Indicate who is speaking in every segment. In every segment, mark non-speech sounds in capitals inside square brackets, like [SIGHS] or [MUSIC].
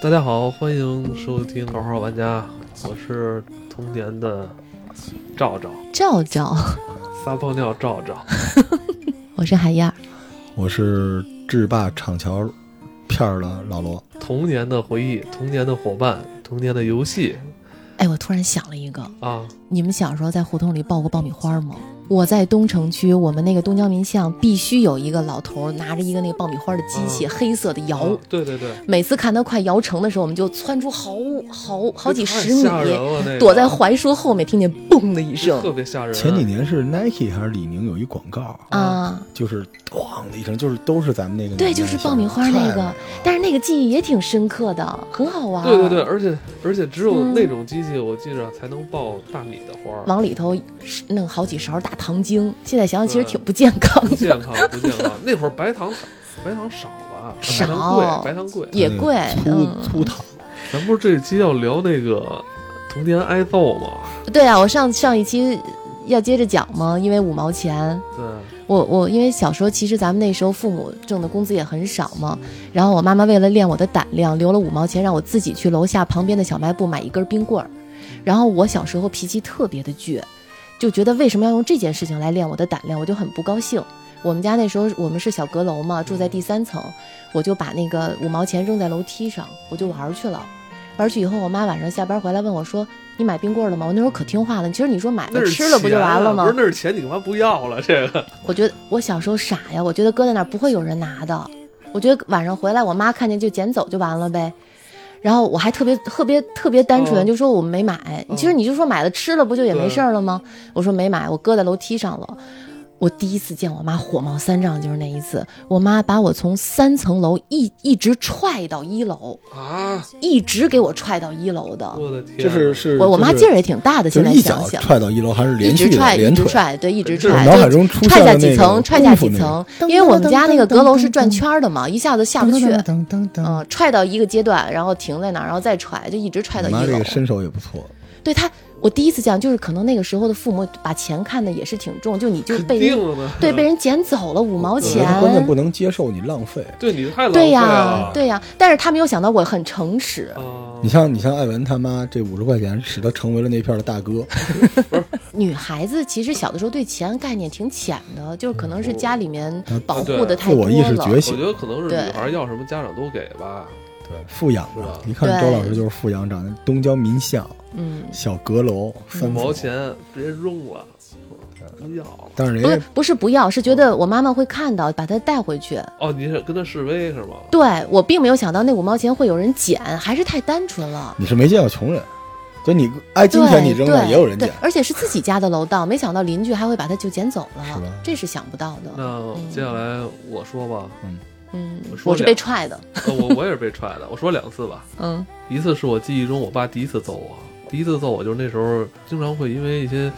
Speaker 1: 大家好，欢迎收听《头号玩家》，我是童年的赵
Speaker 2: [LAUGHS]
Speaker 1: 赵，
Speaker 3: 照 [LAUGHS] 照，
Speaker 1: 撒泡尿赵赵。
Speaker 3: 我是海燕儿，
Speaker 2: 我是制霸厂桥片儿的老罗，
Speaker 1: 童年的回忆，童年的伙伴，童年的游戏
Speaker 3: 哎，我突然想了一个，
Speaker 1: 啊！
Speaker 3: 你们小时候在胡同里爆过爆米花吗？我在东城区，我们那个东江民巷必须有一个老头儿拿着一个那个爆米花的机器，
Speaker 1: 嗯
Speaker 3: 黑色的摇。
Speaker 1: 啊对对对，
Speaker 3: 每次看他快摇成的时候，我们就窜出好好好几十米
Speaker 1: 太，吓人了，那个
Speaker 3: 躲在槐树后面，听见嘣的一
Speaker 1: 特
Speaker 3: 声
Speaker 1: 别吓人。
Speaker 2: 前几年是 Nike 还是李宁有一广告，
Speaker 3: 啊，
Speaker 2: 就是咣的一声，就是都是咱们那个
Speaker 3: 对，
Speaker 2: 年代
Speaker 3: 就是爆米花
Speaker 2: 小
Speaker 3: 那
Speaker 2: 孩看着
Speaker 3: 个，但是那个记忆也挺深刻的，很好啊玩。
Speaker 1: 对对对，，而且而且只有
Speaker 3: 嗯
Speaker 1: 那种机器，我记着才能爆大米的
Speaker 3: [LAUGHS]
Speaker 1: 花儿，
Speaker 3: 往里头弄好几勺大糖精，现在想想其实
Speaker 1: 对
Speaker 3: 挺不健康
Speaker 1: 不
Speaker 3: 的。
Speaker 1: 健康不健康。那会儿白糖白糖少吧，白糖
Speaker 3: 少
Speaker 1: 贵，白糖贵。
Speaker 3: 也贵，
Speaker 2: 粗
Speaker 3: 嗯，
Speaker 2: 粗糖，
Speaker 1: 咱不是这期要聊那个童年挨揍吗？
Speaker 3: 对啊，我上上一期要接着讲嘛，因为五毛钱，
Speaker 1: 对，
Speaker 3: 我我因为小时候其实咱们那时候父母挣的工资也很少嘛，然后我妈妈为了练我的胆量，留了五毛钱让我自己去楼下旁边的小卖部买一根冰棍儿，然后我小时候脾气特别的倔，就觉得为什么要用这件事情来练我的胆量，我就很不高兴。我们家那时候我们是小阁楼嘛，住在第三层，我就把那个五毛钱扔在楼梯上，我就玩儿去了。玩儿去以后，我妈晚上下班回来问我说：“你买冰棍儿了吗？”我那时候可听话了，其实你说买
Speaker 1: 那
Speaker 3: 了
Speaker 1: 是
Speaker 3: 吃了不就
Speaker 1: 钱啊
Speaker 3: 完了吗？
Speaker 1: 不是，那是钱，你干嘛不要了？这个
Speaker 3: 我觉得我小时候傻呀，我觉得搁在那儿不会有人拿的，我觉得晚上回来我妈看见就捡走就完了呗。然后我还特别特别特别单纯，
Speaker 1: 哦
Speaker 2: 嗯
Speaker 3: 就说我没买。
Speaker 1: 哦
Speaker 3: 其实你就说买了吃了不就也没
Speaker 1: 对
Speaker 3: 事儿了吗？
Speaker 2: 嗯
Speaker 3: 我说没买，我搁在楼梯上了。我第一次见我妈火冒三丈，就是那一次，我妈把我从三层楼一一直踹到一楼，
Speaker 1: 啊，
Speaker 3: 一直给我踹到一楼的。
Speaker 1: [LAUGHS] 我的天，啊
Speaker 2: 就是是
Speaker 3: 我我妈
Speaker 2: 就是
Speaker 3: 劲儿也挺大的，
Speaker 2: 就
Speaker 3: 现
Speaker 2: 是
Speaker 3: 在
Speaker 2: 一脚
Speaker 3: 想想，
Speaker 2: 踹到一楼，还是连
Speaker 3: 一直
Speaker 2: 续
Speaker 3: 踹
Speaker 2: 的
Speaker 3: 一
Speaker 2: 连
Speaker 3: 直
Speaker 2: 腿，
Speaker 3: 踹，对，一直
Speaker 1: 就是
Speaker 3: 踹，
Speaker 2: 脑海
Speaker 3: 就
Speaker 2: 中出
Speaker 3: 踹
Speaker 2: 现
Speaker 3: 下
Speaker 2: 的
Speaker 3: 几
Speaker 2: 那
Speaker 3: 层，
Speaker 2: 个
Speaker 3: 踹下
Speaker 2: 功夫
Speaker 3: 几
Speaker 2: 那个
Speaker 3: 层，因为我们家那个阁楼是转圈儿的嘛，一下子下不去，
Speaker 2: 噔噔噔
Speaker 3: 嗯，踹到一个阶段，然后停在那儿，然后再踹，就一直踹到
Speaker 2: 你
Speaker 3: 一
Speaker 2: 妈这
Speaker 3: 楼
Speaker 2: 个。身手也不错，
Speaker 3: 对他，我第一次讲，就是可能那个时候的父母把钱看的也是挺重，就你就
Speaker 1: 肯
Speaker 3: 被
Speaker 1: 定
Speaker 3: 人
Speaker 1: 了
Speaker 2: 啊
Speaker 1: 呢，
Speaker 3: 对被人捡走了五毛
Speaker 1: 对
Speaker 3: 钱，
Speaker 2: 关键不能接受你浪费。
Speaker 1: [LAUGHS]
Speaker 2: 啊
Speaker 1: 对你太浪
Speaker 3: 对
Speaker 1: 费
Speaker 3: 呀
Speaker 1: 了，，
Speaker 3: 对呀，但是他没有想到我很诚实，
Speaker 1: 啊，
Speaker 2: 你像你像艾文他妈这五十块钱，使他成为了那片儿的大哥，
Speaker 3: 女孩子其实小的时候对钱概念挺浅的，就是可能是家里面
Speaker 2: 嗯
Speaker 3: 保
Speaker 1: 对
Speaker 3: 护的太
Speaker 2: 自
Speaker 3: 多
Speaker 2: 我意识
Speaker 3: 了，
Speaker 2: 觉
Speaker 1: 我
Speaker 2: 醒
Speaker 1: 觉，得可能是
Speaker 3: 对
Speaker 1: 女孩要什么家长都给吧，
Speaker 2: 对，啊富养
Speaker 1: 是吧
Speaker 2: 的。一看周老师就是富养长的，东郊民巷
Speaker 3: 嗯。
Speaker 2: 小阁楼，
Speaker 1: 五
Speaker 2: 三
Speaker 1: 嗯毛
Speaker 2: 层
Speaker 1: 钱别扔了，不要了。
Speaker 2: 但是人
Speaker 3: 不是
Speaker 2: 家
Speaker 3: 不是不要，是觉
Speaker 2: 哦
Speaker 3: 得我妈妈会看到，把它带回去。
Speaker 1: 哦，你是跟他示威是吗？
Speaker 3: 对我并没有想到那五毛钱会有人捡，还是太单纯了。
Speaker 2: 你是没见过穷人，就你挨金
Speaker 3: 对
Speaker 2: 钱你扔了
Speaker 3: 对
Speaker 2: 也有人
Speaker 3: 对
Speaker 2: 捡，
Speaker 3: 而且是自己家的楼道，没想到邻居还会把它就捡走
Speaker 2: 是吧
Speaker 3: 了，这是想不到的。
Speaker 1: 那
Speaker 3: 嗯
Speaker 1: 接下来我说吧，
Speaker 3: 嗯
Speaker 1: 我，说
Speaker 3: 我是
Speaker 1: 两
Speaker 3: 被踹的。
Speaker 1: 呃我我也是被踹的，我说两次吧，
Speaker 3: 嗯
Speaker 1: 一次是我记忆中我爸第一次揍我，第一次揍我就是那时候经常会因为一些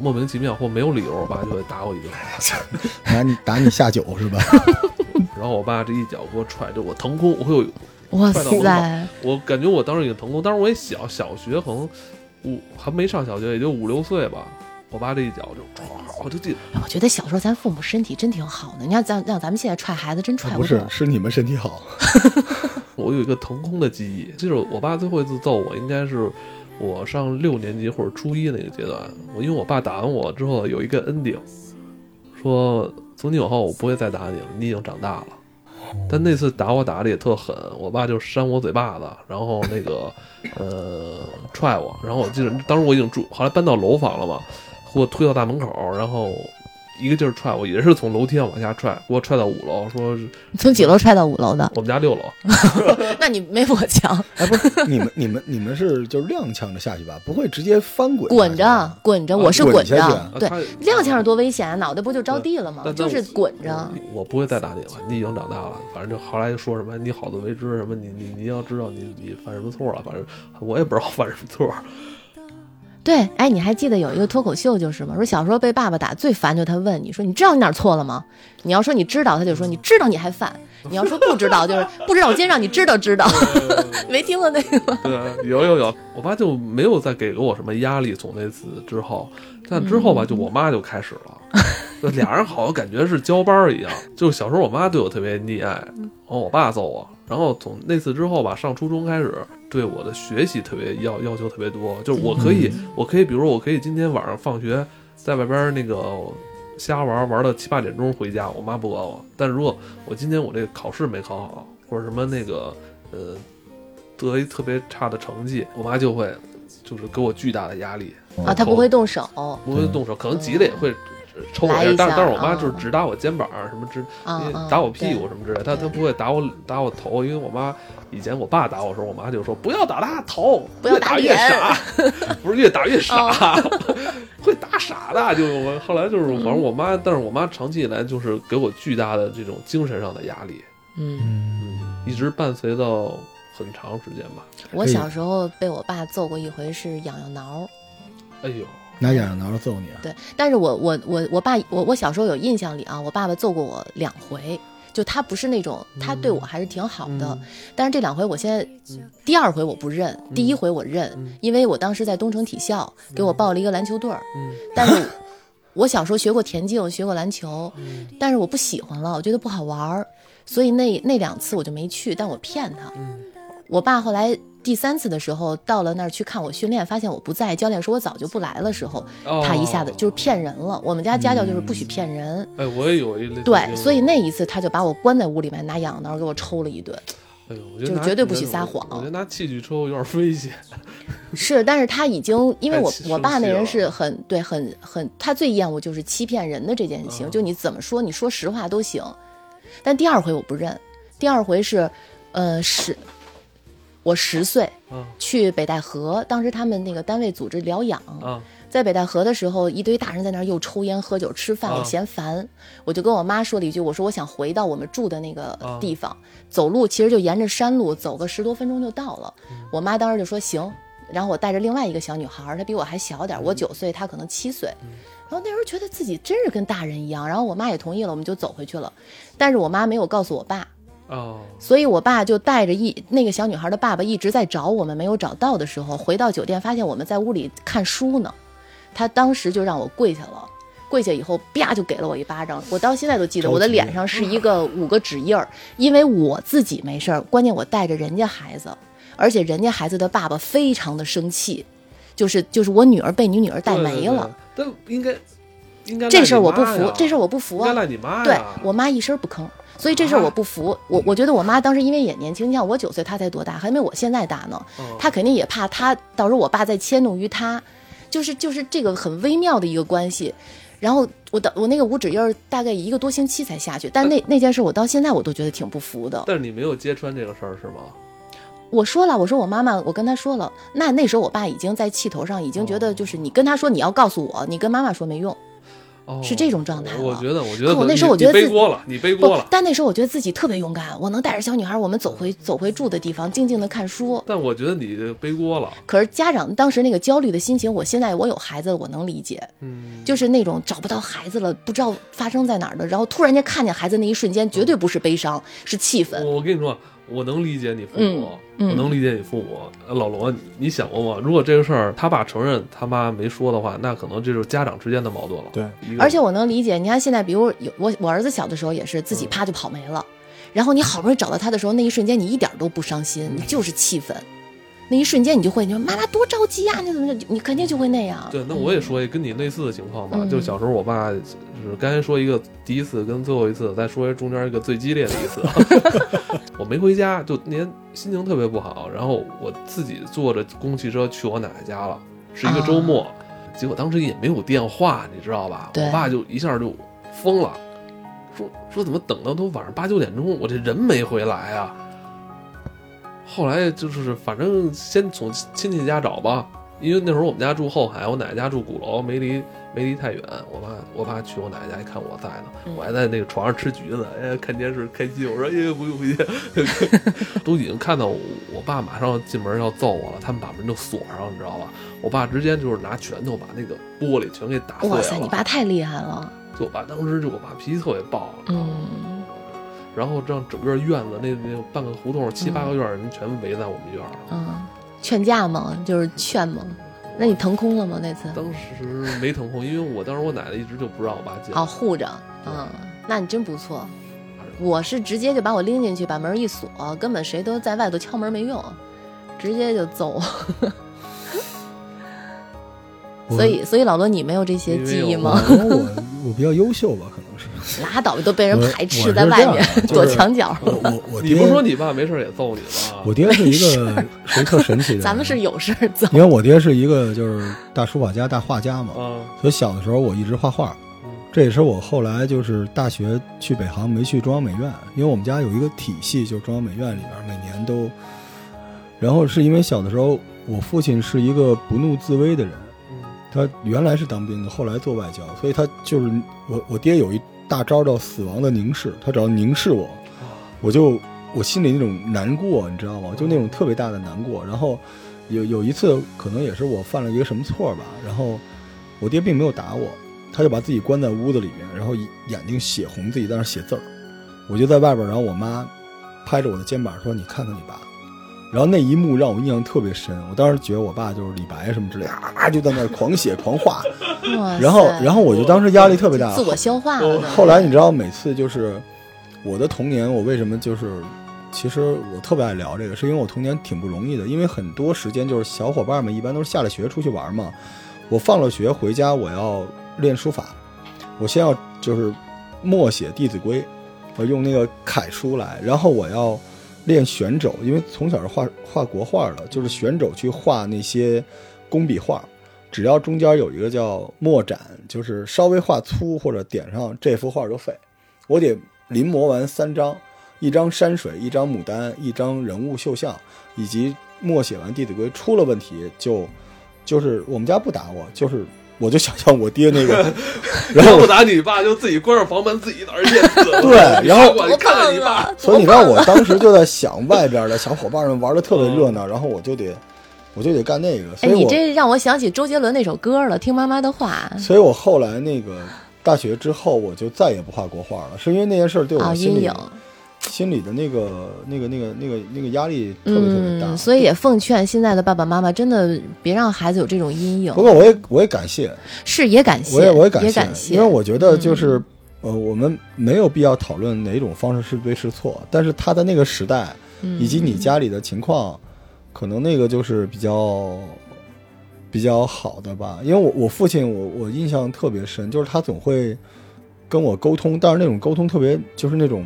Speaker 1: 莫名其妙或没有理由，我爸就会打我一顿。
Speaker 2: 打你 [LAUGHS] 打你下酒是吧？
Speaker 1: 然后我爸这一脚给我踹着我腾空，我有
Speaker 3: 哇
Speaker 1: 踹到我
Speaker 3: 塞，
Speaker 1: 我感觉我当时已经腾空，当时我也小，小学可能五还没上小学，也就五六岁吧。我爸这一脚就唰，我就进，
Speaker 3: 哎我觉得小时候咱父母身体真挺好的，你看咱让咱们现在踹孩子真踹
Speaker 2: 不是
Speaker 3: 动，。 [LAUGHS]
Speaker 2: 是你们身体好，
Speaker 1: 我有一个腾空的记忆。记得我爸最后一次揍我，应该是我上六年级或者初一那个阶段。我因为我爸打完我之后有一个 ending，说从今往后我不会再打你了，你已经长大了。但那次打我打的也特狠，我爸就扇我嘴巴子，然后那个呃踹我，然后我记得当时我已经住，后来搬到楼房了嘛，给我推到大门口，然后一个劲儿踹我，也是从楼梯上往下踹，给我踹到五楼，说是
Speaker 3: 从几楼踹到五楼的，
Speaker 1: 我们家六楼，
Speaker 3: [LAUGHS] 那你没我强，
Speaker 2: 哎，不是你们你们你们是就踉跄着下去吧，不会直接翻滚
Speaker 3: 滚
Speaker 2: 下去
Speaker 3: 着
Speaker 2: 吧
Speaker 3: 滚着，
Speaker 1: 啊
Speaker 3: 我是
Speaker 2: 滚
Speaker 3: 滚
Speaker 2: 下去啊
Speaker 3: 着，对
Speaker 1: 啊，他
Speaker 3: 踉跄着多危险啊，脑袋不就着地了吗？
Speaker 1: 但
Speaker 3: 就是滚着。
Speaker 1: 我不会再打你了，你已经长大了。反正就后来就说什么你好自为之，什么你你你要知道你你犯什么错了，反正我也不知道 [LAUGHS] 犯什么错。
Speaker 3: 对，哎，你还记得有一个脱口秀就是吗？说小时候被爸爸打最烦，就他问你说你知道你哪儿错了吗？你要说你知道，他就说你知道你还犯；你要说不知道，就是 [LAUGHS] 不知道。我今天让你知道知道， [LAUGHS] 没听过那个啊吗？
Speaker 1: 对，啊有有有，我爸就没有再给过我什么压力。从那次之后，但之后吧，就我妈就开始了，那俩人好像感觉是交班儿一样。就小时候我妈对我特别溺爱，然后我爸揍我，然后从那次之后吧，上初中开始对我的学习特别要要求特别多，就是我可以，我可以，比如说我可以今天晚上放学在外边儿那个瞎玩儿，玩到七八点钟回家，我妈不管我。但如果我今天我这个考试没考好，或者什么那个呃得一特别差的成绩，我妈就会就是给我巨大的压力。
Speaker 3: 啊，他不会动手
Speaker 1: 不会动手，可能急了也会抽我
Speaker 3: 来
Speaker 1: 下
Speaker 3: 一，
Speaker 1: 但
Speaker 3: 下
Speaker 1: 但是我妈
Speaker 3: 啊
Speaker 1: 就是只打我肩膀什么之，
Speaker 3: 啊
Speaker 1: 因为，
Speaker 3: 啊
Speaker 1: 打我屁。
Speaker 3: 对
Speaker 1: 股什么之类的，她她
Speaker 3: 对
Speaker 1: 不会打我打我头，因为我妈以前我爸打我的时候，我妈就说不要打他头，
Speaker 3: 不要
Speaker 1: 越打
Speaker 3: 打哦
Speaker 1: 越
Speaker 3: 脸 [LAUGHS]
Speaker 1: 傻，不是越打越傻，会打傻的。就我后来就是反
Speaker 3: 嗯
Speaker 1: 正我妈，但是我妈长期以来就是给我巨大的这种精神上的压力，
Speaker 3: 嗯，
Speaker 2: 嗯，
Speaker 1: 嗯，一直伴随到很长时间吧。
Speaker 3: 我小时候被我爸揍过一回，是痒痒挠。
Speaker 1: 哎呦，
Speaker 2: 拿痒痒挠着揍你啊？
Speaker 3: 对，但是我我我我爸我我小时候有印象里啊，我爸爸揍过我两回，就他不是那种他对我还是挺好的，
Speaker 1: 嗯
Speaker 3: 但是这两回我现在第二回我不认，第一回我认，
Speaker 1: 嗯
Speaker 3: 因为我当时在东城体校给我报了一个篮球队儿，
Speaker 1: 嗯
Speaker 3: 但是我小时候学过田径，学过篮球，
Speaker 1: 嗯
Speaker 3: 但是我不喜欢了，我觉得不好玩儿，所以那那两次我就没去，但我骗他。
Speaker 1: 嗯
Speaker 3: 我爸后来第三次的时候到了那儿去看我训练，发现我不在，教练说我早就不来了时候，
Speaker 1: 哦
Speaker 3: 他一下子就是骗人了。我们家家教就是不许骗人，
Speaker 1: 哎，我也有一类似经历
Speaker 3: 对，所以那一次他就把我关在屋里面，拿痒痒挠给我抽了一顿。
Speaker 1: 哎呦，我觉
Speaker 3: 就
Speaker 1: 得拿
Speaker 3: 绝对不
Speaker 1: 我觉
Speaker 3: 许
Speaker 1: 得
Speaker 3: 撒
Speaker 1: 我
Speaker 3: 谎
Speaker 1: 我觉得拿器具抽有点危险。 [LAUGHS]
Speaker 3: 是，但是他已经，因为
Speaker 1: 太
Speaker 3: 我
Speaker 1: 气
Speaker 3: 我爸
Speaker 1: 生气
Speaker 3: 那人
Speaker 1: 了
Speaker 3: 是很对，很很，他最厌恶就是欺骗人的这件事
Speaker 1: 嗯
Speaker 3: 情，就你怎么说，你说实话都行。但第二回我不认，第二回是，呃，十，我十岁
Speaker 1: 啊
Speaker 3: 去北戴河，当时他们那个单位组织疗养，
Speaker 1: 啊，
Speaker 3: 在北戴河的时候，一堆大人在那儿又抽烟、喝酒、吃饭，
Speaker 1: 啊
Speaker 3: 我嫌烦，我就跟我妈说了一句，我说我想回到我们住的那个
Speaker 1: 啊
Speaker 3: 地方，走路其实就沿着山路走个十多分钟就到了。
Speaker 1: 嗯
Speaker 3: 我妈当时就说行，然后我带着另外一个小女孩儿，她比我还小点儿，
Speaker 1: 嗯
Speaker 3: 我九岁，她可能七岁。然后那时候觉得自己真是跟大人一样，然后我妈也同意了，我们就走回去了。但是我妈没有告诉我爸，
Speaker 1: 哦，
Speaker 3: 所以我爸就带着一那个小女孩的爸爸一直在找我们，没有找到的时候，回到酒店发现我们在屋里看书呢，他当时就让我跪下了。跪下以后，啪就给了我一巴掌。我到现在都记得，
Speaker 2: 着急
Speaker 3: 我的脸上是一个五个指印儿，因为我自己没事儿，关键我带着人家孩子，而且人家孩子的爸爸非常的生气，就是就是我女儿被你女儿带
Speaker 1: 对
Speaker 3: 没了，。
Speaker 1: 对对但应该应该
Speaker 3: 这事儿我不
Speaker 1: 赖你妈
Speaker 3: 服
Speaker 1: 呀，
Speaker 3: 这事儿我不服
Speaker 1: 应
Speaker 3: 啊！
Speaker 1: 该赖你妈
Speaker 3: 对
Speaker 1: 哎呀。
Speaker 3: 我妈一声不吭，所以这事儿我不服。我我觉得我妈当时因为也年轻，你想我九岁，她才多大，还没我现在大呢。
Speaker 1: 嗯
Speaker 3: 她肯定也怕她到时候我爸再迁怒于她，就是就是这个很微妙的一个关系。然后我到我那个五指印儿大概一个多星期才下去，但那那件事我到现在我都觉得挺不服的。
Speaker 1: 但是你没有揭穿这个事儿是吗？
Speaker 3: 我说了，我说我妈妈，我跟她说了，那那时候我爸已经在气头上，已经觉得就是你跟他说你要告诉我，你跟妈妈说没用。
Speaker 1: 哦，
Speaker 3: 是这种状态了
Speaker 1: 我我觉得，我觉得
Speaker 3: 可我
Speaker 1: 可
Speaker 3: 那时候
Speaker 1: 你你
Speaker 3: 我觉得
Speaker 1: 背
Speaker 3: 自己
Speaker 1: 锅了，你背
Speaker 3: 不
Speaker 1: 锅了，。
Speaker 3: 但那时候我觉得自己特别勇敢，我能带着小女孩，我们走回走回住的地方，静静的看书。
Speaker 1: 但我觉得你背锅了。
Speaker 3: 可是家长当时那个焦虑的心情，我现在我有孩子了，我能理解，
Speaker 1: 嗯，
Speaker 3: 就是那种找不到孩子了，不知道发生在哪儿的，然后突然间看见孩子那一瞬间，绝对不是悲伤，是气愤。
Speaker 1: 我我跟你说，我能理解你父母，
Speaker 3: 呃嗯嗯
Speaker 1: 我能理解你父母。呃老罗，你你想过吗？如果这个事儿他爸承认他妈没说的话，那可能这就是家长之间的矛盾了。
Speaker 2: 对
Speaker 1: 一个，
Speaker 3: 而且我能理解，你看现在，比如有我我儿子小的时候也是自
Speaker 1: 嗯
Speaker 3: 己啪就跑没了，然后你好不容易找到他的时候，那一瞬间你一点都不伤
Speaker 1: 嗯
Speaker 3: 心，你就是气愤，那一瞬间你就会你说妈妈多着急呀、啊你怎么就你肯定就会那样。
Speaker 1: 对，那我也说一个跟你类似的情况吧，
Speaker 3: 啊嗯
Speaker 1: 就小时候我爸就是刚才说一个第一次跟最后一次，再说一中间一个最激烈的一次， [LAUGHS] 我没回家，就那天心情特别不好，然后我自己坐着公共汽车去我奶奶家了，是一个周末，结果当时也没有电话，你知道吧？
Speaker 3: 对
Speaker 1: 我爸就一下就疯了，说说怎么等到都晚上八九点钟，我这人没回来啊？后来就是反正先从亲戚家找吧，因为那时候我们家住后海，我奶奶家住鼓楼，没离没离太远。我爸我爸去我奶奶家一看我在呢，
Speaker 3: 嗯
Speaker 1: 我还在那个床上吃橘子，哎，看电视开心。我说哎，不用回去， [LAUGHS] 都已经看到我爸马上进门要揍我了，他们把门就锁上，你知道吧？我爸直接就是拿拳头把那个玻璃全给打
Speaker 2: 啊
Speaker 1: 碎了。
Speaker 3: 哇塞，你爸太厉害了，
Speaker 1: 就我爸当时就我爸脾气特别暴，你知道吗？
Speaker 3: 嗯，
Speaker 1: 然后让整个院子那那半个
Speaker 3: 嗯
Speaker 1: 胡同七八个院儿人全围在我们院儿了。
Speaker 3: 嗯，劝架吗？就是劝吗？那你腾空了吗？那次
Speaker 1: 当时没腾空，因为我当时我奶奶一直就不让我爸进来。
Speaker 3: 啊，护着，嗯，那你真不错。我是直接就把我拎进去，把门一锁，根本谁都在外头敲门没用，直接就走。
Speaker 1: 我
Speaker 3: 所以，所以老罗，你没有这些记忆吗？
Speaker 1: 没
Speaker 2: 可能我我比较优秀吧，可能是。
Speaker 3: [LAUGHS] 拉倒吧，都被人
Speaker 2: 我
Speaker 3: 排斥在外面
Speaker 2: 我是这样的，就是
Speaker 3: 躲墙角。
Speaker 2: 我我我
Speaker 1: 你
Speaker 2: 爹，
Speaker 1: 不是说你爸没事儿也揍你啊吗？
Speaker 2: 我爹是一
Speaker 3: [LAUGHS]
Speaker 2: 个谁特神奇的人。啊
Speaker 3: 咱们是有事儿走。
Speaker 2: 因为我爹是一个就是大书法家、大画家嘛，
Speaker 1: 啊，
Speaker 2: 所以小的时候我一直画画。
Speaker 1: 嗯
Speaker 2: 这也是我后来就是大学去北航没去中央美院，因为我们家有一个体系，就是中央美院里边每年都。然后是因为小的时候，我父亲是一个不怒自威的人，
Speaker 1: 嗯
Speaker 2: 他原来是当兵的，后来做外交，所以他就是我我爹有一大招叫死亡的凝视，他只要凝视我，我就我心里那种难过，你知道吗？就那种特别大的难过。然后有有一次，可能也是我犯了一个什么错吧，然后我爹并没有打我，他就把自己关在屋子里面，然后眼睛血红，自己在那儿写字儿。我就在外边儿，然后我妈拍着我的肩膀说：“你看看你爸。”然后那一幕让我印象特别深，我当时觉得我爸就是李白什么之类的，啊，就在那儿狂写狂画，
Speaker 3: 哇塞
Speaker 2: 然后然后我就当时压力特别大，
Speaker 3: 自我消化了呢。
Speaker 2: 后来你知道，每次就是我的童年，我为什么就是，其实我特别爱聊这个，是因为我童年挺不容易的，因为很多时间就是小伙伴们一般都是下了学出去玩嘛，我放了学回家，我要练书法，我先要就是默写《弟子规》，我用那个楷书来，然后我要练旋肘，因为从小是画画国画的，就是旋肘去画那些工笔画。只要中间有一个叫墨展，就是稍微画粗或者点上，这幅画就废。我得临摹完三张，一张山水，一张牡丹，一张人物绣像，以及默写完《弟子规》。出了问题就就是我们家不打我，就是我就想象我爹那
Speaker 3: [LAUGHS]
Speaker 2: 个，然后
Speaker 1: 要不打你爸，就自己关上房门，自己在那儿练字。
Speaker 2: 对
Speaker 1: [LAUGHS]
Speaker 2: 然后
Speaker 1: 我
Speaker 3: 多
Speaker 1: 看着
Speaker 3: 棒
Speaker 1: 你爸，
Speaker 3: 啊！
Speaker 2: 所以你知道，我当时就在想外边的小伙伴们玩的特别热闹，然后我就得，我就得干那个。
Speaker 3: 哎，
Speaker 2: 所以
Speaker 3: 你
Speaker 2: 我，
Speaker 3: 这让我想起周杰伦那首歌了，《听妈妈的话》
Speaker 2: 所以我后来那个大学之后，我就再也不画国画了，是因为那件事儿对
Speaker 3: 啊，
Speaker 2: 我心
Speaker 3: 阴
Speaker 2: 里
Speaker 3: 影。
Speaker 2: 心里的那个那个那个那个那个压力特别特别大。
Speaker 3: 嗯，所以也奉劝现在的爸爸妈妈，真的别让孩子有这种阴影
Speaker 2: 不。过我也我也感谢，
Speaker 3: 是也感谢，嗯
Speaker 2: 我也我也
Speaker 3: 也
Speaker 2: 感谢，因为我觉得就是、呃，我们没有必要讨论哪种方式是对是错，但是他的那个时代
Speaker 3: 嗯
Speaker 2: 以及你家里的情况，可能那个就是比较比较好的吧。因为我我父亲我我印象特别深，就是他总会跟我沟通，但是那种沟通特别就是那种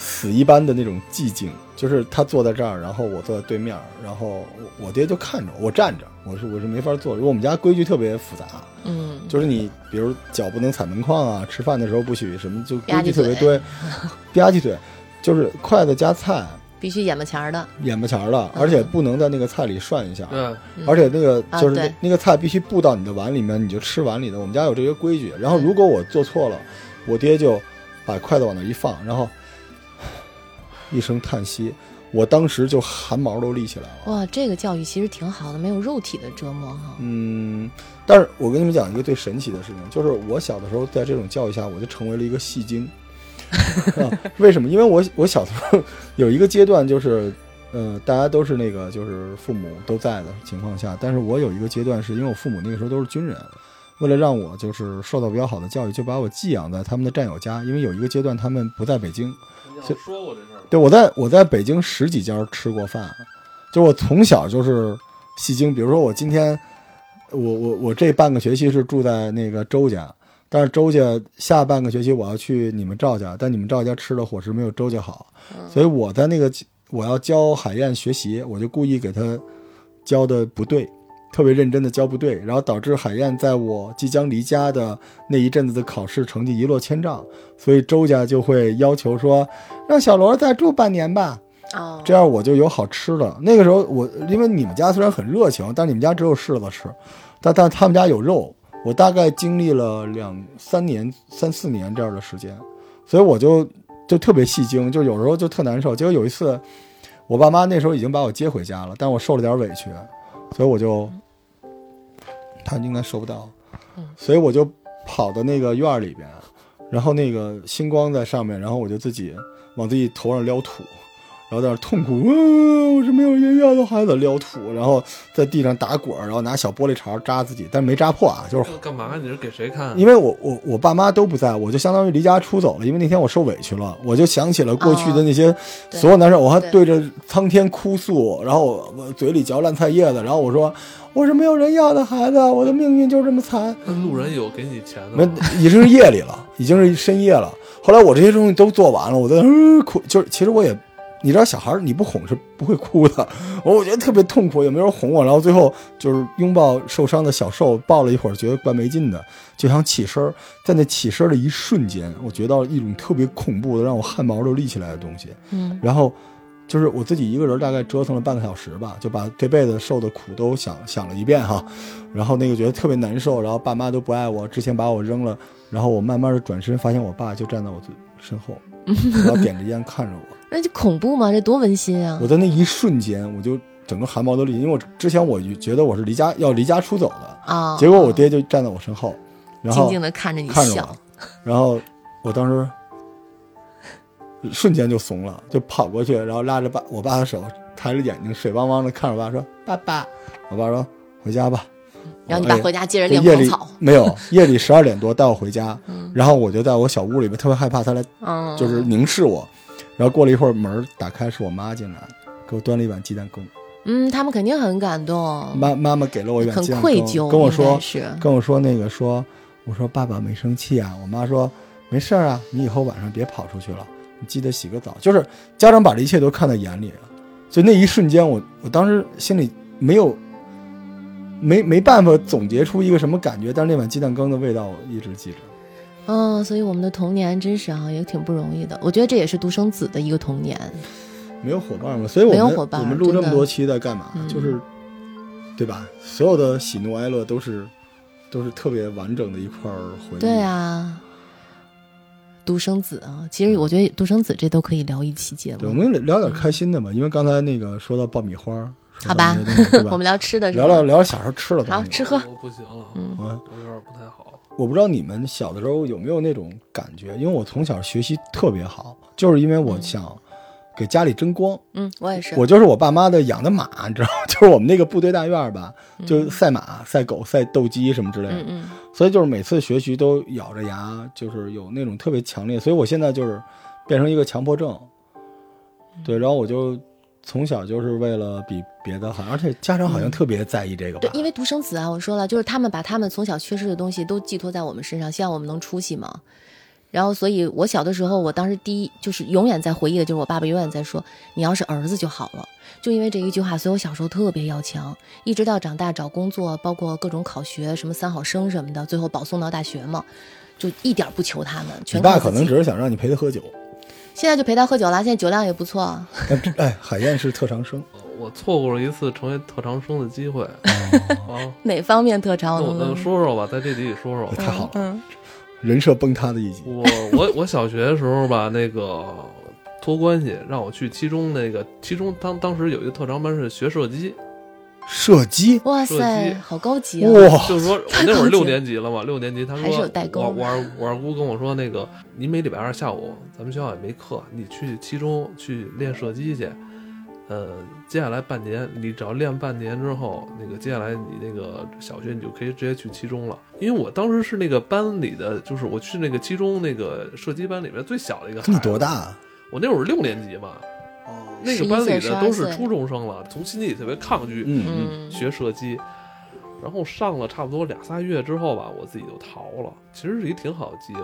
Speaker 2: 死一般的那种寂静，就是他坐在这儿，然后我坐在对面儿，然后我我爹就看着我，我站着，我是我是没法坐，因为我们家规矩特别复杂。
Speaker 3: 嗯，
Speaker 2: 就是你，比如脚不能踩门框啊，吃饭的时候不许什么，就
Speaker 3: 吧唧
Speaker 2: 规矩特别
Speaker 3: 嘴 [LAUGHS]
Speaker 2: 多，吧唧嘴，就是筷子夹菜
Speaker 3: 必须眼巴前儿的，
Speaker 2: 眼巴前儿了，而且不能在那个菜里涮一下，
Speaker 1: 对，
Speaker 3: 嗯
Speaker 2: 而且那个
Speaker 3: 啊
Speaker 2: 就是那,、
Speaker 3: 对
Speaker 2: 那个菜必须布到你的碗里面，你就吃碗里的。我们家有这些规矩。然后如果我做错了，我爹就把筷子往那一放，然后 [SIGHS] 一声叹息，我当时就汗毛都立起来了。
Speaker 3: 哇，这个教育其实挺好的，没有肉体的折磨哈。
Speaker 2: 嗯，但是我跟你们讲一个最神奇的事情，就是我小的时候在这种教育下，我就成为了一个戏精。 [LAUGHS] 啊、为什么？因为我我小的时候有一个阶段，就是呃，大家都是那个就是父母都在的情况下，但是我有一个阶段，是因为我父母那个时候都是军人，为了让我就是受到比较好的教育，就把我寄养在他们的战友家，因为有一个阶段他们不在北京，
Speaker 1: 你好说过这事儿吗。
Speaker 2: 对，我在我在北京十几家吃过饭，就我从小就是戏精。比如说我今天，我我我这半个学期是住在那个周家，但是周家下半个学期我要去你们赵家，但你们赵家吃的伙食没有周家好，所以我在那个我要教海燕学习，我就故意给他教的不对。特别认真的教不对，然后导致海燕在我即将离家的那一阵子的考试成绩一落千丈，所以周家就会要求说，让小罗再住半年吧，
Speaker 3: 哦，
Speaker 2: 这样我就有好吃的。那个时候我因为你们家虽然很热情，但你们家只有柿子吃，但但他们家有肉。我大概经历了两三年、三四年这样的时间，所以我就就特别戏精，就有时候就特难受。结果有一次，我爸妈那时候已经把我接回家了，但我受了点委屈，所以我就，他应该收不到，所以我就跑到那个院儿里边，然后那个星光在上面，然后我就自己往自己头上撩土，然后在那儿痛哭，嗯、我是没有营养的孩子，撩吐，然后在地上打滚儿，然后拿小玻璃碴儿扎自己，但没扎破啊，就是
Speaker 1: 干嘛？你是给谁看？啊
Speaker 2: 因为我我我爸妈都不在，我就相当于离家出走了。因为那天我受委屈了，我就想起了过去的那些
Speaker 3: 对
Speaker 2: 所有难受，我还
Speaker 3: 对
Speaker 2: 对着苍天哭诉，然后我我嘴里嚼烂菜叶子，然后我说我是没有人要的孩子，我的命运就是这么惨。
Speaker 1: 那路人有给你钱的
Speaker 2: 没
Speaker 1: 吗？，
Speaker 2: 已经是夜里了，已经是深夜了。后来我这些东西都做完了，我在那儿哭，就是其实我也，你知道，小孩儿你不哄是不会哭的。我我觉得特别痛苦，也没人哄我，然后最后就是拥抱受伤的小受，抱了一会儿，觉得怪没劲的，就想起身儿。在那起身儿的一瞬间，我觉到一种特别恐怖的，让我汗毛都立起来的东西。
Speaker 3: 嗯
Speaker 2: 然后就是我自己一个人大概折腾了半个小时吧，就把这辈子受的苦都想想了一遍哈。然后那个觉得特别难受，然后爸妈都不爱我，之前把我扔了，然后我慢慢的转身，发现我爸就站在我最身后，然后点着烟看着我。
Speaker 3: [LAUGHS] 那就恐怖吗？这多温馨啊
Speaker 2: 我！在那一瞬间，我就整个汗毛都立，因为我之前我觉得我是离家要离家出走的，
Speaker 3: 啊，
Speaker 2: 结果我爹就站在我身后，然后
Speaker 3: 静静的看着你
Speaker 2: 看着
Speaker 3: 笑
Speaker 2: 我，，然后我当时瞬间就怂了，就跑过去，然后拉着爸我爸的手，抬着眼睛水汪汪的看着我爸说：“爸爸。”我爸说：“回家吧。”
Speaker 3: 然后你爸
Speaker 2: 我哎
Speaker 3: 回家接着
Speaker 2: 就
Speaker 3: 练
Speaker 2: 夜
Speaker 3: 狂
Speaker 2: 里
Speaker 3: 草，
Speaker 2: 没有，夜里十二点多带我回家，
Speaker 3: 嗯
Speaker 2: 然后我就在我小屋里面特别害怕，他来
Speaker 3: 嗯，
Speaker 2: 就是凝视我，然后过了一会儿门打开是我妈进来，给我端了一碗鸡蛋羹，
Speaker 3: 嗯，他们肯定很感动，
Speaker 2: 妈妈妈给了我一碗
Speaker 3: 很
Speaker 2: 鸡蛋
Speaker 3: 愧疚，
Speaker 2: 羹，跟我
Speaker 3: 应
Speaker 2: 说
Speaker 3: 该是
Speaker 2: 跟我说那个说，我说爸爸没生气啊，我妈说没事儿啊，你以后晚上别跑出去了，你记得洗个澡。就是家长把这一切都看在眼里了，所以那一瞬间我，我当时心里没有没没办法总结出一个什么感觉，但是那碗鸡蛋羹的味道我一直记着。
Speaker 3: 嗯，所以我们的童年真是啊，也挺不容易的。我觉得这也是独生子的一个童年，
Speaker 2: 没有伙伴嘛，所以我
Speaker 3: 没有
Speaker 2: 们
Speaker 3: 伙伴
Speaker 2: 我们录
Speaker 3: 真
Speaker 2: 这
Speaker 3: 的
Speaker 2: 么多期在干嘛？
Speaker 3: 嗯
Speaker 2: 就是对吧？所有的喜怒哀乐都是都是特别完整的一块儿回忆。
Speaker 3: 对啊。独生子啊，其实我觉得独生子这都可以聊一期节
Speaker 2: 对，我
Speaker 3: 目。
Speaker 2: 们聊点开心的吧，因为刚才那个说到爆米花，说
Speaker 3: 好
Speaker 2: 到
Speaker 3: 吧
Speaker 2: 那些东西对吧
Speaker 3: [LAUGHS] 我们聊吃的是吧，
Speaker 2: 聊聊聊小时候吃的东
Speaker 3: 好
Speaker 2: 西。
Speaker 3: 吃喝，
Speaker 1: 我不行了，
Speaker 3: 嗯
Speaker 2: 我
Speaker 1: 我有点不太好。
Speaker 2: 我不知道你们小的时候有没有那种感觉，因为我从小学习特别好，就是因为我想给家里争光。
Speaker 3: 嗯，我嗯也是，
Speaker 2: 我就是我爸妈的养的马，你知道吗， [LAUGHS] 就是我们那个部队大院儿吧，就赛马、赛狗、赛斗鸡什么之类的。
Speaker 3: 嗯嗯，
Speaker 2: 所以就是每次学习都咬着牙，就是有那种特别强烈，所以我现在就是变成一个强迫症，对，然后我就从小就是为了比别的好，而且家长好像特别在意这个吧
Speaker 3: 对，，因为独生子啊，我说了，就是他们把他们从小缺失的东西都寄托在我们身上，希望我们能出息嘛。然后，所以我小的时候，我当时第一就是永远在回忆的，就是我爸爸永远在说：“你要是儿子就好了。”就因为这一句话，所以我小时候特别要强，一直到长大找工作，包括各种考学，什么三好生什么的，最后保送到大学嘛，就一点儿不求他们，
Speaker 2: 你
Speaker 3: 全
Speaker 2: 爸
Speaker 3: 靠自
Speaker 2: 可能
Speaker 3: 己
Speaker 2: 只是想让你陪他喝酒，
Speaker 3: 现在就陪他喝酒了，现在酒量也不错。 [LAUGHS]
Speaker 2: 但这哎，海燕是特长生，
Speaker 1: 我错过了一次成为特长生的机会 [LAUGHS] 啊！
Speaker 3: 哪方面特长
Speaker 1: 那我
Speaker 3: 我能
Speaker 1: 就说说吧，在这集里说说。
Speaker 2: 哦太好了，
Speaker 3: 嗯
Speaker 2: 人设崩塌
Speaker 3: [LAUGHS]
Speaker 2: 的一集，
Speaker 1: 我我我小学的时候吧，那个托关系让我去七中那个七中当当时有一个特长班是学射击，
Speaker 2: 射击，
Speaker 3: 哇
Speaker 1: 射
Speaker 3: 塞
Speaker 1: 击，
Speaker 3: 好高级啊！
Speaker 2: 哇，
Speaker 1: 就是说我那会儿六年级了嘛，六年级他说
Speaker 3: 还是有代沟
Speaker 1: 我我二我二姑跟我说那个你每礼拜二下午咱们学校也没课，你去七中去练射击去，呃，接下来半年你只要练半年之后，那个接下来你那个小学你就可以直接去七中了。因为我当时是那个班里的，就是我去那个七中那个射击班里面最小的一个。
Speaker 2: 你多？大啊？
Speaker 1: 我那会儿六年级嘛，
Speaker 2: 哦
Speaker 1: 那个班里
Speaker 3: 11岁
Speaker 1: 的都是
Speaker 3: 12岁
Speaker 1: 初中生了，从心里特别抗拒，
Speaker 2: 嗯嗯，
Speaker 3: 嗯，
Speaker 1: 学射击，然后上了差不多俩仨月之后吧，我自己就逃了。其实是一挺好的机会，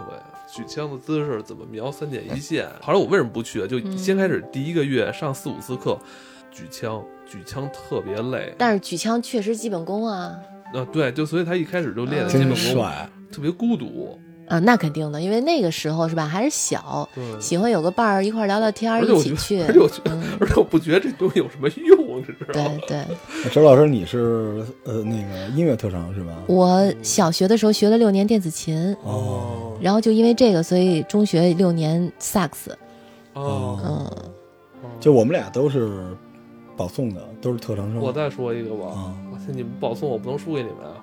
Speaker 1: 举枪的姿势怎么瞄三点一
Speaker 2: [LAUGHS]
Speaker 1: 线。后来我为什么不去啊？就
Speaker 3: 嗯
Speaker 1: 先开始第一个月上四五次课，举枪，举枪特别累。
Speaker 3: 但是举枪确实基本功啊，
Speaker 1: 啊，对，就所以他一开始就练的基本
Speaker 2: 嗯真
Speaker 1: 功，
Speaker 2: 帅，
Speaker 1: 特别孤独。
Speaker 3: 啊，那肯定的，因为那个时候是吧，还是小，
Speaker 1: 对，
Speaker 3: 喜欢有个伴儿一块儿聊聊天儿，
Speaker 1: 而且
Speaker 3: 一
Speaker 1: 我
Speaker 3: 起去
Speaker 1: 觉得，而且我觉得，
Speaker 3: 嗯，
Speaker 1: 而且我不觉得这东西有什么用，你知道吗
Speaker 3: 对？对。
Speaker 2: 周哎老师你是呃那个音乐特长是吧？
Speaker 3: 我小学的时候学了六年电子琴，
Speaker 2: 哦，
Speaker 1: 啊
Speaker 3: 然后就因为这个，所以中学六年萨克斯，
Speaker 1: 哦，
Speaker 3: 嗯，
Speaker 1: 啊
Speaker 2: 就我们俩都是保送的，都是特长生，
Speaker 1: 我再说一个吧，
Speaker 2: 啊
Speaker 1: 我操你们保送我不能输给你们啊！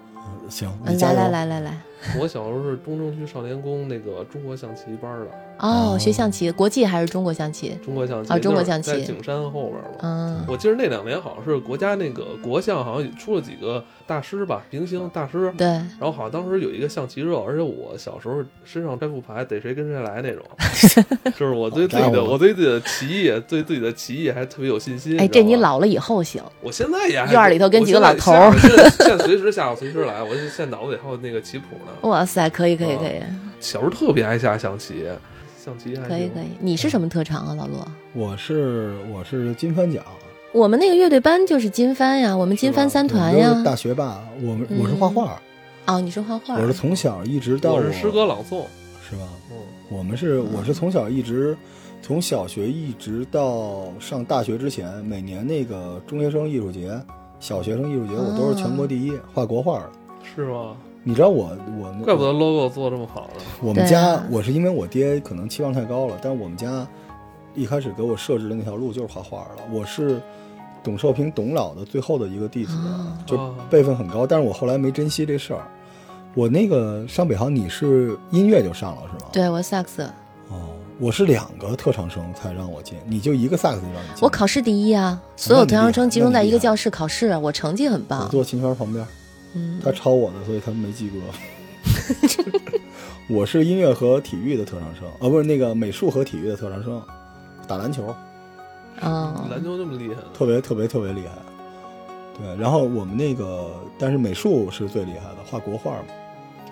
Speaker 2: 行，
Speaker 3: 嗯，
Speaker 2: 你加
Speaker 3: 来
Speaker 2: 油
Speaker 3: 来来来来，
Speaker 1: 我小时候是东城区少年宫那个中国象棋班儿的，
Speaker 3: 哦，
Speaker 2: 哦
Speaker 3: 学象棋，国际还是中国象棋？
Speaker 1: 中国象棋
Speaker 3: 啊中国
Speaker 1: 那会儿
Speaker 3: 象棋
Speaker 1: 在景山后边儿嘛。
Speaker 3: 嗯
Speaker 1: 我记得那两年好像是国家那个国象好像也出了几个大师吧，明星大师。
Speaker 3: 对，
Speaker 1: 然后好像当时有一个象棋热，而且我小时候身上摘副牌，逮谁跟谁来
Speaker 3: [LAUGHS]
Speaker 1: 那种，就是我对自己
Speaker 2: 好家
Speaker 1: 的
Speaker 2: 伙
Speaker 1: 我对自己的棋艺，对自己的棋艺还特别有信心。
Speaker 3: 哎，这
Speaker 1: 知道
Speaker 3: 你
Speaker 1: 吧
Speaker 3: 老了以后行，
Speaker 1: 我现在也还
Speaker 3: 院儿里头跟几个老头儿
Speaker 1: 我现在现在现在随时下，我随时来。我现在脑子里还有那个棋谱呢。
Speaker 3: 哇塞，可以可以
Speaker 1: 啊
Speaker 3: 可以
Speaker 1: 小时候特别爱下象棋，象棋还
Speaker 3: 可以
Speaker 1: 行
Speaker 3: 可以，你是什么特长啊，老罗？
Speaker 2: 我是我是金帆奖，
Speaker 3: 我们那个乐队班就是金帆呀，我们金帆三团
Speaker 2: 我
Speaker 3: 呀
Speaker 2: 们都是。大学霸，我们我是画画，
Speaker 3: 哦，你是画画，
Speaker 2: 我是从小一直到
Speaker 1: 我是诗歌朗诵，
Speaker 2: 是吧？
Speaker 1: 嗯，
Speaker 2: 我们是我是从小一直，从小学一直到上大学之前，每年那个中学生艺术节、小学生艺术节，我都是
Speaker 3: 啊
Speaker 2: 全国第一，画国画的。
Speaker 1: 是吗？
Speaker 2: 你知道我我
Speaker 1: 怪不得 logo 做这么好呢。
Speaker 2: 我们
Speaker 3: 对
Speaker 2: 家、
Speaker 3: 啊
Speaker 2: 我是因为我爹可能期望太高了，但我们家一开始给我设置的那条路就是画画了。我是董寿平董老的最后的一个弟子，
Speaker 3: 啊
Speaker 2: 就
Speaker 1: 啊
Speaker 2: 辈分很高，但是我后来没珍惜这事儿。我那个上北航，你是音乐就上了是吗？
Speaker 3: 对我萨克斯，
Speaker 2: 哦，我是两个特长生才让我进，你就一个萨克斯就让你进。
Speaker 3: 我考试第一啊，所有特长生集中在一个教室考试，我成绩很
Speaker 2: 我
Speaker 3: 棒。
Speaker 2: 坐秦川旁边，
Speaker 3: 嗯，
Speaker 2: 他抄我的，所以他没及格。 [LAUGHS] 我是音乐和体育的特长生，啊，不是那个美术和体育的特长生，打篮球
Speaker 1: 嗯
Speaker 3: 哦，
Speaker 1: [LAUGHS] 篮球那么厉害呢，
Speaker 2: 特别特别特别厉害。对，然后我们那个，但是美术是最厉害的，画国画嘛，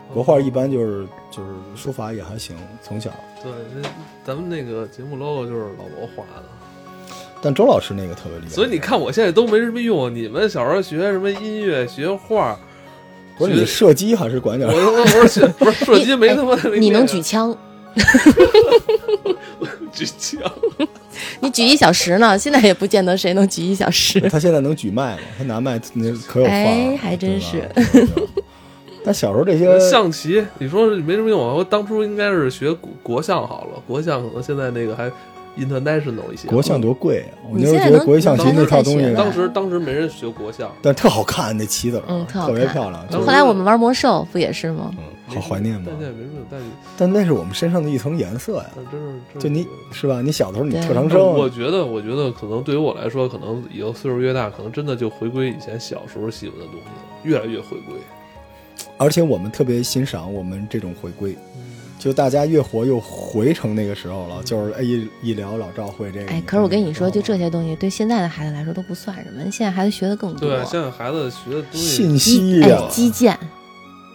Speaker 1: 哦
Speaker 2: 国画一般就是就是书法也还行，从小。
Speaker 1: 对，这咱们那个节目 logo 就是老罗画的，
Speaker 2: 但周老师那个特别厉害，
Speaker 1: 所以你看我现在都没什么用。你们小时候学什么音乐、学画，
Speaker 2: [LAUGHS] 不是你射击还是管点
Speaker 1: 我
Speaker 2: 儿？
Speaker 1: 我不是学不是射击
Speaker 2: 哎
Speaker 1: 没他妈那个
Speaker 3: 你能举枪，
Speaker 1: [LAUGHS]
Speaker 2: [LAUGHS]
Speaker 1: 举枪？
Speaker 3: 你举一小时呢，现在也不见得谁能举一小
Speaker 1: [LAUGHS]
Speaker 3: 时。
Speaker 2: [LAUGHS] 他现在能举麦吗？他拿麦那可有话了，
Speaker 3: 哎还真
Speaker 2: 对吧。对吧 [LAUGHS] 但小时候这些
Speaker 1: 象棋，你说没什么用啊。我当初应该是学国国象好了，国象可能现在那个还 international 一些。
Speaker 2: 国象多贵啊！我
Speaker 3: 你
Speaker 2: 那时候
Speaker 3: 现在
Speaker 2: 觉得
Speaker 3: 能
Speaker 2: 国际象棋
Speaker 1: 能
Speaker 2: 那套东
Speaker 3: 能
Speaker 2: 西，啊
Speaker 3: 在
Speaker 1: 当时当时没人学国象，
Speaker 2: 但特好看那棋子儿，
Speaker 3: 嗯特好
Speaker 2: 特别
Speaker 3: 看
Speaker 2: 漂亮，
Speaker 1: 当
Speaker 2: 就
Speaker 3: 后
Speaker 2: 是
Speaker 1: 时
Speaker 3: 来我们玩魔兽不也是吗？
Speaker 2: 嗯，好怀念嘛
Speaker 1: 但。现在没什么用，但
Speaker 2: 但那是我们身上的一层颜色呀。
Speaker 1: 但真是真是
Speaker 2: 就你是吧？你小的时候你
Speaker 3: 对
Speaker 2: 特长
Speaker 1: 但我
Speaker 2: 生，
Speaker 1: 觉得，我觉得可能对于我来说，可能以后岁数越大，可能真的就回归以前小时候喜欢的东西了，越来越回归。
Speaker 2: 而且我们特别欣赏我们这种回归，
Speaker 1: 嗯，
Speaker 2: 就大家越活又回成那个时候了。就是哎一一聊老赵会这个，
Speaker 3: 哎，可是我跟你说，就这
Speaker 2: 些
Speaker 3: 些东西对现在的孩子来说都不算什么，现在孩子学的更多。
Speaker 1: 对，啊现在孩子学的东西，
Speaker 2: 信息
Speaker 3: 击
Speaker 2: 呀
Speaker 3: 哎，，击剑，
Speaker 1: 啊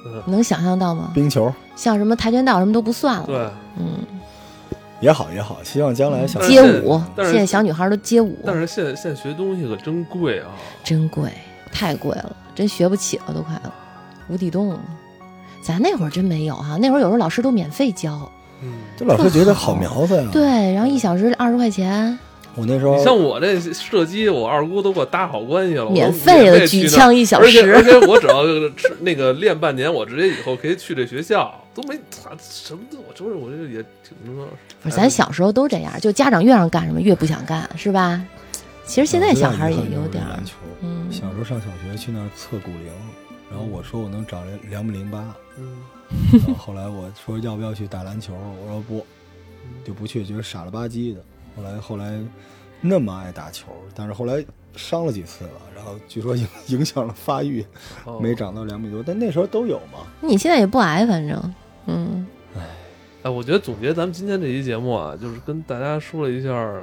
Speaker 1: 嗯，
Speaker 3: 你能想象到吗？
Speaker 2: 冰球
Speaker 3: 像什么跆拳道什么都不算了。
Speaker 1: 对。
Speaker 3: 嗯，
Speaker 2: 也好也好，希望将来
Speaker 1: 嗯
Speaker 2: 小
Speaker 1: 但是
Speaker 3: 街
Speaker 1: 现
Speaker 3: 舞，
Speaker 1: 但是
Speaker 3: 现在小女孩都街舞，
Speaker 1: 但是现在现在学东西可真贵啊！
Speaker 3: 真贵，太贵了，真学不起了，都快了，无底洞了。咱那会儿真没有哈、那会儿有时候老师都免费教，
Speaker 1: 嗯，
Speaker 2: 这老师觉得
Speaker 3: 特好
Speaker 2: 好苗子呀。，
Speaker 3: 对，然后一小时二十块钱，
Speaker 2: 我那时候
Speaker 1: 你像我这射击，我二姑都给我搭好关系了，我都免
Speaker 3: 费的
Speaker 1: 去
Speaker 3: 举
Speaker 1: 那儿
Speaker 3: 枪一小
Speaker 1: 而且而
Speaker 3: 时，
Speaker 1: 且我只要吃那个练半年，我直接以后可以去这学校，都没操什么都，我就是我这也挺那个。
Speaker 3: 不是咱小时候都这样，就家长越让干什么越不想干，是吧？其实现在小孩儿也有点儿
Speaker 2: 篮，球，
Speaker 3: 嗯，
Speaker 2: 小时候上小学去那儿测骨龄，然后我说我能长两两米零八，
Speaker 1: 嗯，
Speaker 2: 然后后来我说要不要去打篮球，我说不，就不去，觉得傻了吧唧的。后来后来那么爱打球，但是后来伤了几次了，然后据说影影响了发育，
Speaker 1: 哦
Speaker 2: 没长到两米多，但那时候都有嘛。
Speaker 3: 你现在也不矮，反正，嗯，
Speaker 1: 哎，我觉得总结咱们今天这期节目啊，就是跟大家说了一下儿，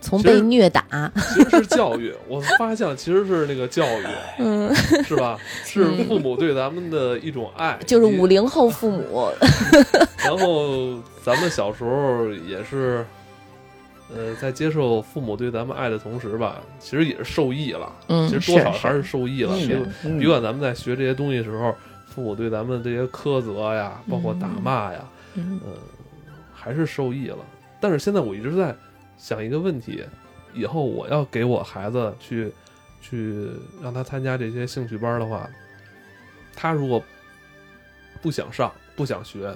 Speaker 3: 从
Speaker 1: 其实
Speaker 3: 被虐打，
Speaker 1: [LAUGHS] 其实是教育。我发现其实是那个教育，
Speaker 3: 嗯。
Speaker 1: 是吧？是父母对咱们的一种爱，
Speaker 3: 就是
Speaker 1: 以及
Speaker 3: 五。零后父母，
Speaker 1: 然后咱们小时候也是，呃，在接受父母对咱们爱的同时吧，其实也是受益了。
Speaker 3: 嗯
Speaker 1: 其实多
Speaker 3: 是
Speaker 1: 少
Speaker 3: 是
Speaker 1: 还是受益了。
Speaker 3: 嗯
Speaker 1: 比如
Speaker 2: 嗯
Speaker 1: 比管咱们在学这些东西的时候，父母对咱们这些苛责呀，包括打骂呀，
Speaker 3: 嗯
Speaker 1: 嗯，还是受益了。但是现在我一直在想一个问题：以后我要给我孩子去去让他参加这些兴趣班的话，他如果不想上、不想学，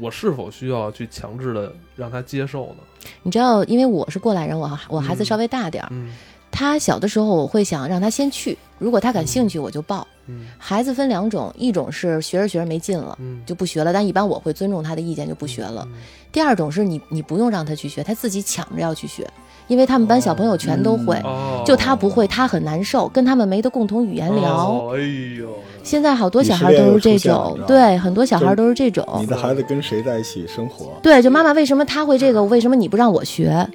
Speaker 1: 我是否需要去强制的让他接受呢？
Speaker 3: 你知道，因为我是过来人，我我孩子稍微大点儿，
Speaker 1: 嗯，
Speaker 3: 他小的时候，我会想让他先去，如果他感兴趣，我就报。
Speaker 1: 嗯
Speaker 3: 孩子分两种，一种是学着学着没劲了。
Speaker 1: 嗯，
Speaker 3: 就不学了，但一般我会尊重他的意见，就不学了。第二种是你，你不用让他去学，他自己抢着要去学，因为他们班小朋友全都会，
Speaker 1: 哦，
Speaker 3: 就他不会，他很难受，跟他们没得共同语言聊。
Speaker 1: 哦。哎呦，
Speaker 3: 现在好多小孩都是这种，
Speaker 2: 鄙视链又出现了你知道吗
Speaker 3: 对，很多小孩都是这
Speaker 2: 你
Speaker 3: 种。
Speaker 2: 的孩子跟谁在一起生活？
Speaker 3: 对，就妈妈为什么他会这个，为什么你不让我学？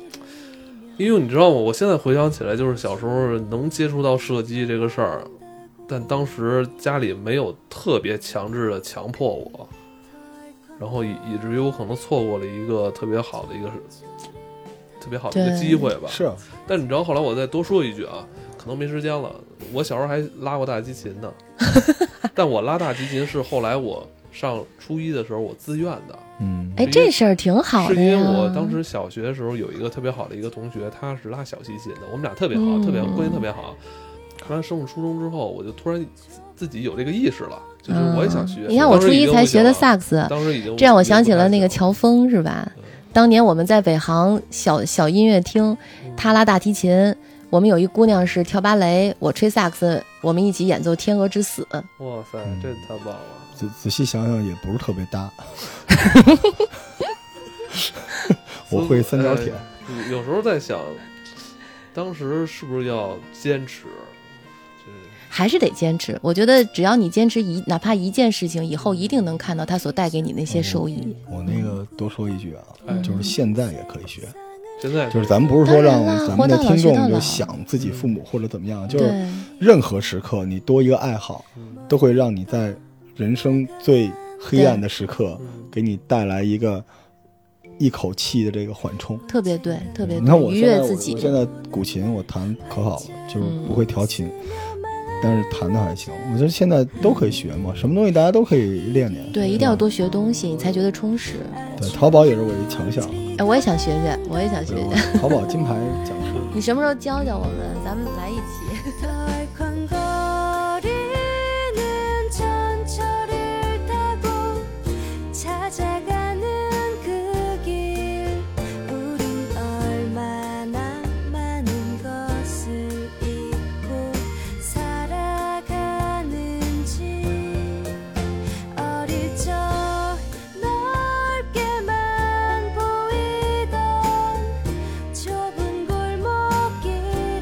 Speaker 1: 因为你知道吗？我现在回想起来，就是小时候能接触到射击这个事儿，但当时家里没有特别强制的强迫我，然后以以至于我可能错过了一个特别好的一个特别好的一个
Speaker 3: 对
Speaker 1: 机会吧。
Speaker 2: 是啊
Speaker 1: 但你知道，后来我再多说一句啊，可能没时间了。我小时候还拉过大提琴呢，但我拉大提琴是后来我上初一的时候我自愿的，
Speaker 2: 嗯
Speaker 3: 哎，这事儿挺好
Speaker 1: 是
Speaker 3: 的
Speaker 1: 因为
Speaker 3: 呀。
Speaker 1: 我当时小学的时候有一个特别好的一个同学，他是拉小提琴的，我们俩特别好，
Speaker 3: 嗯
Speaker 1: 特别关系特别好。后来升入初中之后，我就突然自己有这个意识了，就是我也想学。
Speaker 3: 嗯你看我初一才学的
Speaker 1: 克
Speaker 3: 萨克斯，
Speaker 1: 当时已经
Speaker 3: 这让我想起了那个
Speaker 1: 乔，
Speaker 3: 乔峰，是吧？当年我们在北航小小音乐厅，
Speaker 2: 嗯
Speaker 3: 他拉大提琴，我们有一姑娘是跳芭蕾，我吹萨克斯，我们一起演奏《天鹅之死》。
Speaker 1: 哇塞，
Speaker 2: 嗯
Speaker 1: 这太棒
Speaker 3: [LAUGHS]
Speaker 1: 了！
Speaker 2: 仔仔细想想也不是特别
Speaker 1: [LAUGHS]
Speaker 2: 搭。我会三角铁，
Speaker 1: 有有时候在想，当时是不是要坚持？就是
Speaker 3: 还是得坚持，我觉得只要你坚持一，哪怕一件事情，以后一定能看到它所带给你那些收益。
Speaker 2: 我那个多说一句啊，
Speaker 1: 哎
Speaker 2: 就是现在也可以学，
Speaker 1: 现在
Speaker 2: 就是咱们不是说
Speaker 3: 当
Speaker 2: 让
Speaker 3: 然啦
Speaker 2: 咱们的
Speaker 3: 活到老
Speaker 2: 听
Speaker 3: 学到
Speaker 2: 众就
Speaker 3: 老嗯
Speaker 2: 想自己父母或者怎么样，就
Speaker 3: 对
Speaker 2: 是任何时刻你多一个爱好，
Speaker 1: 嗯
Speaker 2: 都会让你在人生最黑暗的时刻
Speaker 1: 嗯
Speaker 2: 给你带来一个一口气的这个缓冲。
Speaker 3: 特别对，特别
Speaker 2: 你看
Speaker 3: 对，
Speaker 2: 我
Speaker 3: 愉
Speaker 2: 现在
Speaker 3: 悦
Speaker 2: 我
Speaker 3: 自己嗯
Speaker 2: 我。现在古琴我弹可好了，就是不会调琴，但是弹的还行。我觉得现在都可以学嘛，什么东西大家都可以练练。嗯
Speaker 3: 对，一定要多学东西，你才觉得充实。
Speaker 2: 对，淘宝也是我一强项，
Speaker 3: 哎，我也想学学，我也想学学。
Speaker 2: 我淘宝金牌讲师。
Speaker 3: [LAUGHS] 你什么时候教教我们？咱们来一起。
Speaker 4: 덜컹거리는 전철을 타고 찾아가는 그 길 우린 얼마나 많은 것을 잊고 살아가는지 어릴 적 넓게만 보이던 좁은 골목길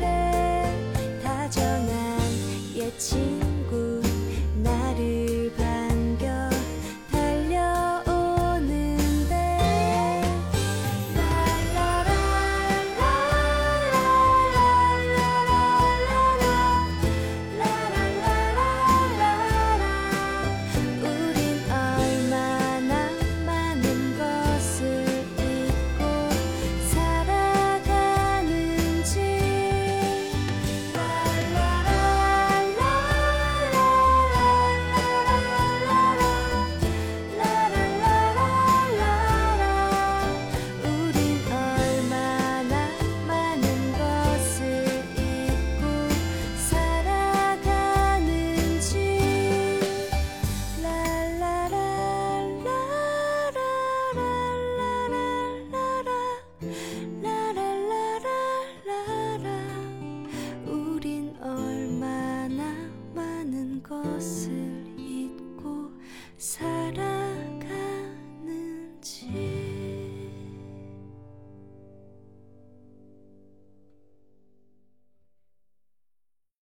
Speaker 4: 에 다정한 옛 친구 나를 반겨 달려오는데 라라라라라라라라라라라라 우린 얼마나 많은 것을 잊고 살아가는지 라라라라라라라라라라라라라 우린 얼마나 많은 것을 잊고 살아가는지 라라라라라라라라 라라라라라라 우린 얼마나 많은 것을 잊고 살아